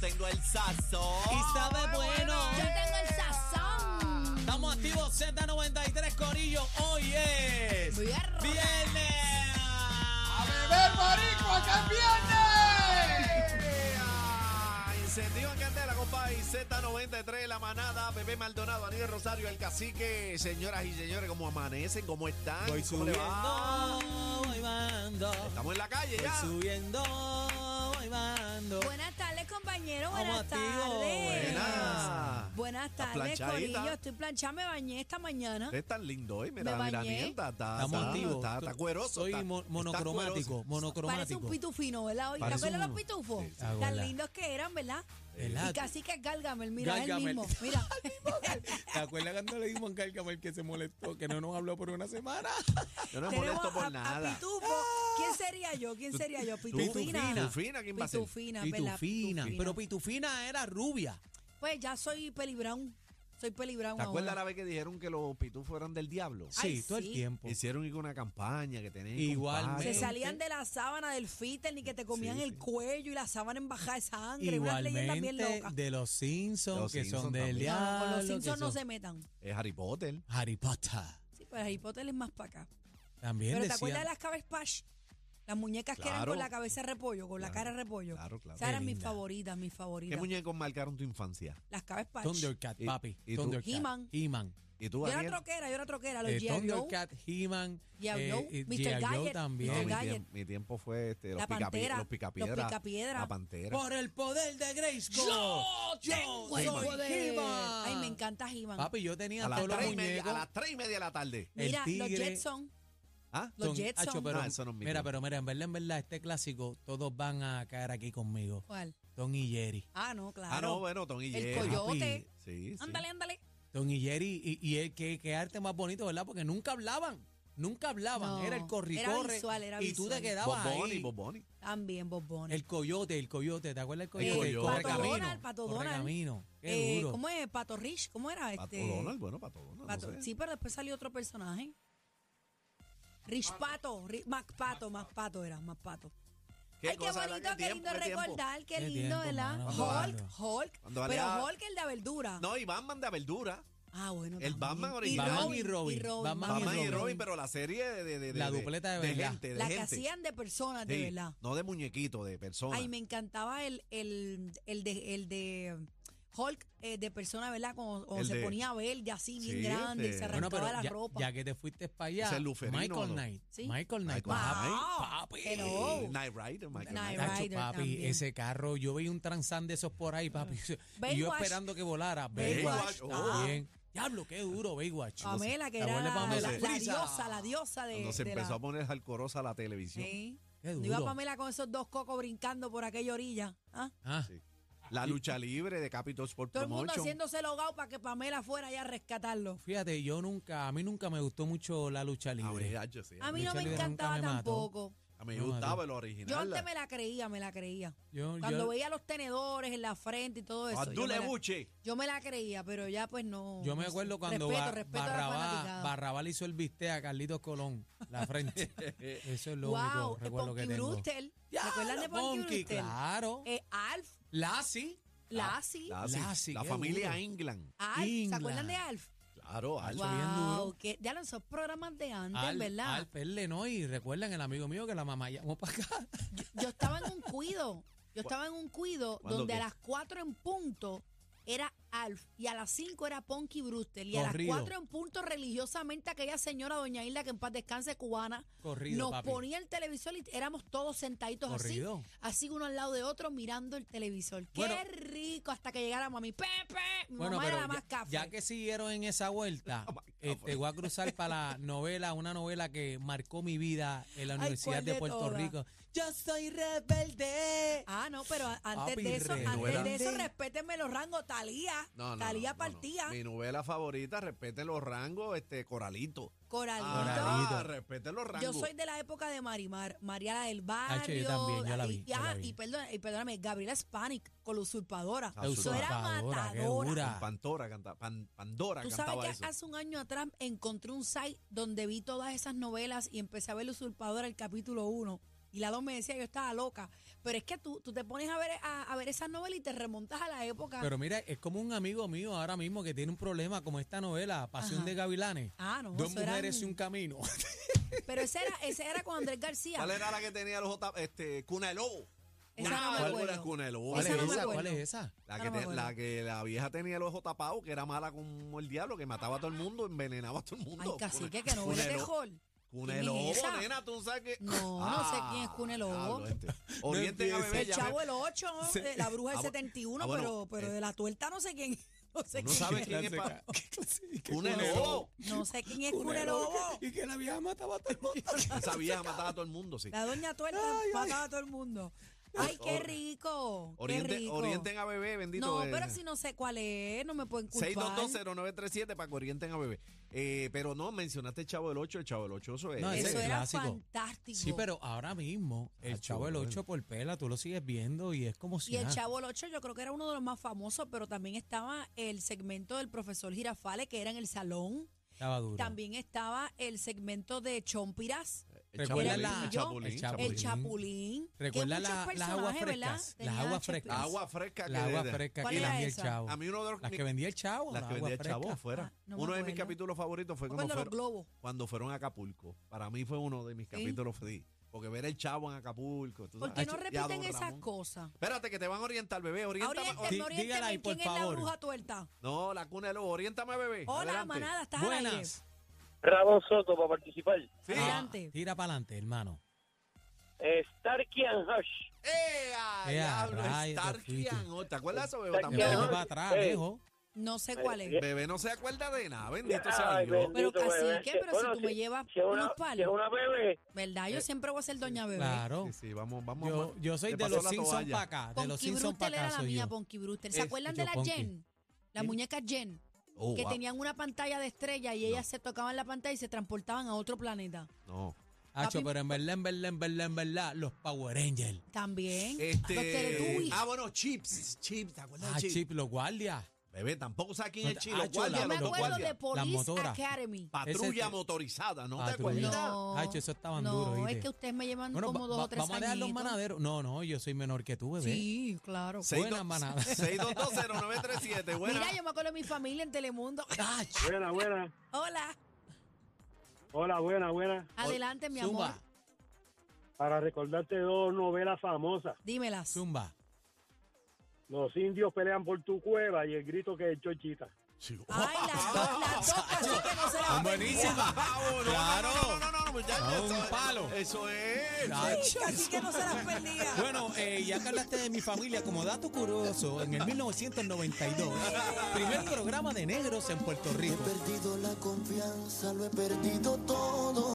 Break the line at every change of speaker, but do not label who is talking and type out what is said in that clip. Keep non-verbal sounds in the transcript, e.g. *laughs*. tengo el sazón. Y sabe bueno.
Yo tengo el sazón.
Estamos activos Z93 Corillo. Hoy es.
Viernes.
Viernes.
¡A beber marico, que es viernes!
Encendido en candela, compa, y Z93, la manada, Bebé Maldonado, Aníbal Rosario, el cacique, señoras y señores, ¿cómo amanecen? ¿Cómo están?
Voy
¿Cómo le
subiendo,
va?
voy bajando.
Estamos en la calle
Voy
ya.
subiendo, voy bajando.
Buenas tardes, compañero.
Vamos,
Buenas
tío.
tardes.
Buenas.
Buenas
Estás
tardes,
planchadita.
Corillo. Estoy planchada, me bañé esta mañana.
Es tan lindo, ¿eh?
Me
Mira, mira,
bañé.
nieta, está,
Estamos
está,
activos.
está, está cueroso.
Soy
está-
mo-
está
monocromático,
cueroso.
Parece
monocromático.
un pitufino, ¿verdad? Hoy, ¿Te
Parece
acuerdas
un-
los pitufos?
sí, sí. Ah,
Tan
hola.
lindos que eran, ¿verdad?
¿Verdad?
Y casi que es Gargamel, mira,
Gargamel.
*laughs*
es el mismo. Mira.
¿Te acuerdas cuando le dimos a Gargamel que se molestó, que no nos habló por una semana?
Yo no me
Tenemos
molesto por
a, a
nada.
Pitufo. ¿Quién sería yo? ¿Quién sería yo? Pitufina.
Pitufina, ¿quién va a ser?
Pitufina, ¿verdad?
Pitufina. Pero Pitufina era rubia.
Pues ya soy Peli Brown. Soy Peli Brown
¿Te acuerdas
ahora.
la vez que dijeron que los pitufos eran del diablo?
Sí,
Ay,
todo
sí.
el tiempo.
Hicieron Hicieron una campaña que tenían
Igualmente.
Se
Gente.
salían de la sábana del fitter ni que te comían
Sí,
el
sí.
cuello y la sábana en baja de sangre. Una leyenda bien
Igualmente
loca.
de los Simpsons,
Los
que son
Simpsons
del
también.
No, no,
diablo.
con los
que
Simpsons no
son-
se metan.
Es Harry Potter.
Harry Potter.
Sí, pero Harry Potter es más para acá.
También
Pero ¿te
decían-
acuerdas de las cabezpash? Las muñecas que eran
Claro.
con la cabeza de repollo, con la cara de repollo.
claro, claro.
Esas
Qué
eran mis
linda.
favoritas, mis
¿Qué
favoritas.
muñecos marcaron tu infancia?
Las cabezpash.
Thundercat,
¿Y-
papi.
y tú?
Thundercat.
He-Man.
He-Man.
¿Y tú,
Yo era
Daniel?
troquera, yo era troquera. Los
Eh,
G.I. Joe,
Thundercat, He-Man.
G.I. Joe,
eh,
Mr.
G.I. Joe
Gadget, Mr.
No, mi,
también.
Gadget.
tiempo, mi tiempo fue este, los,
La
picapi-
pantera,
los picapiedra,
los picapiedra.
La pantera.
Por el poder de Grayskull.
Yo
Yo
tengo el
soy
poder.
He-Man.
Ay, me encanta He-Man.
Papi, yo tenía
a, las
todos los
tres y media, a
muñecos.
las tres y media de la tarde.
el
Mira, los
tigre.
Jetson.
¿Ah?
Los
Son-
Jetson.
Acho, pero,
Ah, eso no es mi
mira,
tiempo.
pero mira, en verdad, en verdad, este clásico, todos van a caer aquí conmigo.
¿Cuál?
Don y Jerry.
Ah, no, claro.
Ah, no, bueno, Tom y
El
Jerry.
coyote.
Papi,
Sí, sí.
Ándale, ándale.
Don y Jerry, y, y el que, que arte más bonito, ¿verdad? Porque nunca hablaban. Nunca hablaban.
No,
era el corricorre.
era visual, era
Y tú te
visual.
quedabas
Bob
ahí.
Bunny, Bob Bunny.
También Bob Bunny.
El coyote, el coyote, ¿te acuerdas del
El
coyote?
coyote.
Corre
Pato
camino,
Donald, Pato
corre
Donald.
camino. Qué
Eh,
duro.
¿Cómo es? Pato Rich, ¿cómo era? Este,
Pato Donald, bueno, Pato Donald.
Pato-
no sé.
Sí, pero después salió otro personaje. Rich Pato, Ri- Mac Pato, Mac Pato era, Mac Pato.
¿Qué
Ay, qué
cosa era
bonito, qué
aquel
lindo
tiempo, qué tiempo?
recordar, qué
Qué
lindo,
tiempo,
¿verdad?
mano.
Hulk,
Cuando-
Hulk,
cuando
pero
valía-
Hulk el de verdura.
No, y Batman de verdura.
Ah, bueno,
El
también.
Batman original.
Batman y Robin, Batman
Batman y
Robin.
Robin, pero la serie de... de, de-
La dupleta de verdad.
gente, de
La que
gente.
hacían de personas,
Sí,
de verdad.
No de muñequito, de persona.
Ay, me encantaba el, el, el de, el de Hulk eh, de persona, ¿verdad? Cuando, cuando
El
se
de-
ponía verde, así, bien
Sí,
grande, y
este-
se
Bueno,
arrancaba
pero
la
ya,
ropa.
ya que te fuiste para allá,
Es el luferino,
Michael
¿no?
Knight.
Sí.
Michael Knight.
Michael
papi,
Wow.
papi.
Hello.
Eh, Night Rider, Michael
Knight
Knight.
Tacho,
Oh. Rider
papi,
también.
ese carro, yo veía un transán de esos por ahí, papi. y yo
Baywatch.
esperando que volara.
Baywatch,
Baywatch.
oh.
También. Diablo, qué duro, Baywatch.
Pamela, que
¿Te
era
acuerdas
la,
de Pamela?
la- la
Frisa.
diosa, la diosa de.
Cuando se
de
empezó
la-
a poner jalcorosa la televisión.
Sí.
Qué
No iba
duro.
Pamela con esos dos cocos brincando por aquella orilla. ¿ah?
Ah,
Sí. La lucha libre de Capitol Sport
Todo el mundo
Promotion.
haciéndose logado para que Pamela fuera allá a rescatarlo.
Fíjate, yo nunca, a mí nunca me gustó mucho la lucha
Ah,
libre.
mira, yo sí.
A mí no
Lucha
me
libre nunca
encantaba
me mató.
tampoco.
A mí me
No,
gustaba
Mateo.
el original.
Yo antes me la creía, me la creía.
Yo-
Cuando
yo-
veía los tenedores en la frente y todo eso. yo
Abdul
me la-
Ebuche.
Yo me la creía, pero ya pues no.
Yo
no
me
sé.
acuerdo cuando
respeto,
Ba-
respeto a la
Barrabá,
fanaticada.
Barrabá le hizo el bistec a Carlitos Colón, la
*laughs*
frente. Eso es lo
Wow,
único recuerdo que
Punky
tengo.
Brewster. ¿Te
Ya,
acuerdas
la
de Punky
Punky,
Brewster?
claro.
Eh, Alf,
Lassie.
Lassie.
La,
Lassie,
la
qué
familia
duro.
England.
Alf, ¿se
Ingla.
acuerdan de Alf?
Claro, Alf.
Wow. bien duro.
que ya lanzó programas de antes,
Al,
¿verdad?
Al Perle, ¿no? Y recuerdan el amigo mío que la mamá llamó para acá.
Yo estaba en un cuido,
*laughs*
yo estaba en un cuido
¿Cuándo
donde a
qué?
las 4 en punto era Alf y a las 5 era Ponky Brewster y
Corrido.
a las 4 en punto religiosamente aquella señora doña Hilda que en paz descanse cubana
Corrido,
nos
papi.
ponía el televisor y éramos todos sentaditos
Corrido.
así, así uno al lado de otro mirando el televisor.
Bueno.
Qué rico hasta que llegara mami Pepe, mi
Bueno,
mamá
pero
era la más
ya,
café.
ya que siguieron en esa vuelta,
La más
este,
cafre.
voy a cruzar para
*laughs*
la novela, una novela que marcó mi vida en la
Ay,
Universidad
¿cuál
de
de
Puerto
todas?
Rico. Yo soy rebelde.
Ah, no, pero a- antes
Papi,
de eso,
re-
antes de
novela.
eso, respétenme los rangos, Talía.
No, no, no,
Talía
no, no.
partía.
Mi novela favorita, respeten los rangos, este, Coralito.
Coralito.
Ah, respeten los rangos.
Yo soy de la época de Marimar, Mariana del Barrio.
Ah, che, yo también, yo la vi,
Y,
yo la
ajá,
vi.
y perdona- y perdóname, Gabriela Spanik con la usurpadora.
La
Eso era
usurpadora, qué
matadora.
dura.
Con Pandora canta- Pan- Pandora
Tú sabes
cantaba
que
eso.
hace un año atrás encontré un site donde vi todas esas novelas y empecé a ver La Usurpadora, el capítulo 1. Y Lalo me decía, yo estaba loca. Pero es que tú, tú te pones a ver, a, a ver esas novelas y te remontas a la época.
Pero mira, es como un amigo mío ahora mismo que tiene un problema como esta novela, Pasión
Ajá.
de Gavilanes.
Ah, no,
Dos
eso era
mujeres
un-
y un camino.
Pero ese era, ese era con Andrés García.
¿Cuál era la que tenía los J, este, Cuna de Lobo?
Esa
Nah,
no me
¿cuál
acuerdo.
era Cuna de Lobo?
¿Cuál
Esa
es
no me
esa?
acuerdo.
¿Cuál es esa?
La que,
Esa no me
te-
acuerdo.
la que la vieja tenía el ojo tapado, que era mala como el diablo, que mataba a todo el mundo, envenenaba a todo el mundo.
Ay, cacique, que no
Cuna
huele
de Lobo.
mejor.
Cuna de
¿Quién es
Lobo,
esa?
nena, tú sabes que... Ah,
No, no sé quién es Cuna de Lobo.
diablo, este. Orienten a
empieces.
bebé,
El
ya
chavo
me-
el 8,
*laughs* Sí.
la bruja el
Ah, bu-
71,
ah, bueno,
pero, pero
eh.
de la tuerta no sé quién. *laughs* No sé
No
quién.
sabe
es.
quién es
*laughs*
pa- Cuna de
culero.
Lobo.
No sé quién es
Culero,
Cune Lobo.
Y que la vieja mataba a todo el mundo.
Esa vieja mataba a todo el mundo, sí.
La doña tuerta
Ay, ay.
mataba a todo el mundo. Ay, qué
Pues, Or-
rico. qué
Orienten,
rico.
orienten a bebé, bendito.
no,
eh,
pero si no sé cuál es, no me pueden culpar.
6220937 para que orienten a bebé. Eh, pero no, mencionaste el Chavo del 8, el Chavo del 8, eso es.
No,
Eso
ese-
era
clásico.
fantástico.
Sí, pero ahora mismo, el
Ah,
chavo el
chulo,
8 por pela, tú lo sigues viendo y es como si.
Y el
nada.
Chavo el 8 yo creo que era uno de los más famosos, pero también estaba el segmento del profesor Girafales, que era en el salón.
estaba duro.
También estaba el segmento de Chompiras,
el
¿Recuerdas
Chapulín,
la-
el Chapulín,
el
Chapulín.
el Chapulín. que
Recuerda
muchos
la- las aguas
personajes, ¿verdad?
frescas.
Tenían
Las aguas
Chapulín.
frescas.
Agua fresca.
La
que
agua
de-
fresca
¿Cuál
que
era
vendía el
esa?
chavo.
A mí uno de los
Las
ni-
que vendía el chavo.
las
la
que
agua
vendía el chavo
fresca.
afuera.
Ah, no me
uno de mis
acuerdo.
capítulos favoritos fue
Me
cuando
acuerdo de los
fueron,
globos.
cuando fueron a Acapulco. Para mí fue uno de mis capítulos sí, Porque ver el chavo en Acapulco. tú
¿Por
sabes,
qué no
y a
repiten
don
esas
Ramón.
cosas?
Espérate, que te van a orientar, bebé. Oriéntame.
Oriéntame,
Dí- dígala
oriéntame.
ahí, por
¿Quién es la
favor.
bruja tuerta?
No, la cuna de lobo. Oriéntame, bebé.
Hola,
Adelante.
manada, estás al aire.
Buenas.
Ramón Soto para participar.
Sí.
Adelante.
Tira para adelante, hermano.
Starkey and Hush.
¡Ea!
Ea,
¡Eh, diablo,
rayos,
Starkey
te fuiste.
and Hutch. ¿Te acuerdas de eso, bebé?
Starkey
Mira,
Ajá.
que
También.
para atrás,
Ey.
hijo.
No sé cuál es.
Bebé no se acuerda de nada. Bendito sea
Ay,
Dios.
bendito,
Pero,
bebé.
cacique, pero si tú me llevas
si es una,
unos palos.
si es una bebé,
¿Verdad? Yo siempre voy a ser doña bebé.
Eh, Claro.
Sí, sí, vamos, vamos.
Yo,
vamos.
yo soy
Te
de
pasó
los
la
Simpsons
toalla.
para acá. De los
Ponky
Simpsons
Brewster
para
era
acá
la
soy
mía,
yo.
Ponky Brewster. ¿Se
Es-
acuerdan
yo,
de la
Ponky.
Jen? La muñeca Jen,
Oh,
que
wow.
tenían una pantalla de estrella y ellas se tocaban la pantalla y se transportaban a otro planeta.
No.
Hacho,
Papi-
pero en verdad, en verdad, en verdad, en verdad, los Power Rangers.
También. Los
Este.
Teletubbies.
Ah, bueno, Chips. Chips, ¿te acuerdas
Ah,
de Chips?
chip, los guardias.
Bebé, tampoco sabes quién
No
es
te-
Chips. Los
Hacho, la-
guardias,
Yo me
los dos
acuerdo
guardias.
de Police
motoras.
Academy.
Patrulla
Ese-
motorizada, ¿no te
Patrulla.
acuerdas?
No.
Hacho, eso estaban
no,
duros.
es
¿oíste?
que ustedes me llevan
Bueno,
como
va-
dos
va-
o tres
vamos a dejar los
añitos.
manaderos. No, no, yo soy menor que tú, bebé.
Sí, claro.
*laughs* Seis
Buena
dos-
manada.
6220937, buena. *laughs*
Mira, yo me acuerdo de mi familia en Telemundo. *laughs*
Hacho,
Buena, buena.
Hola.
Hola, buena, buena.
Adelante, mi amor.
zumba,
Para recordarte dos novelas famosas.
Dímelas.
zumba.
Los indios pelean por tu cueva y el grito que echó Chita.
Ay, las dos,
*laughs*
las dos así que no se las
Son
vendía.
buenísimas.
Bravo, no,
Claro.
Ah, No, no, no, no, no, muchachos,
Ah, un
eso es-
palo.
Eso es.
Hacho.
Así que no se las perdía.
Bueno, eh, ya que hablaste de mi familia, como dato curioso, en el 1992, primer programa de negros en Puerto
He
Rico.
perdido la confianza, lo he perdido todo.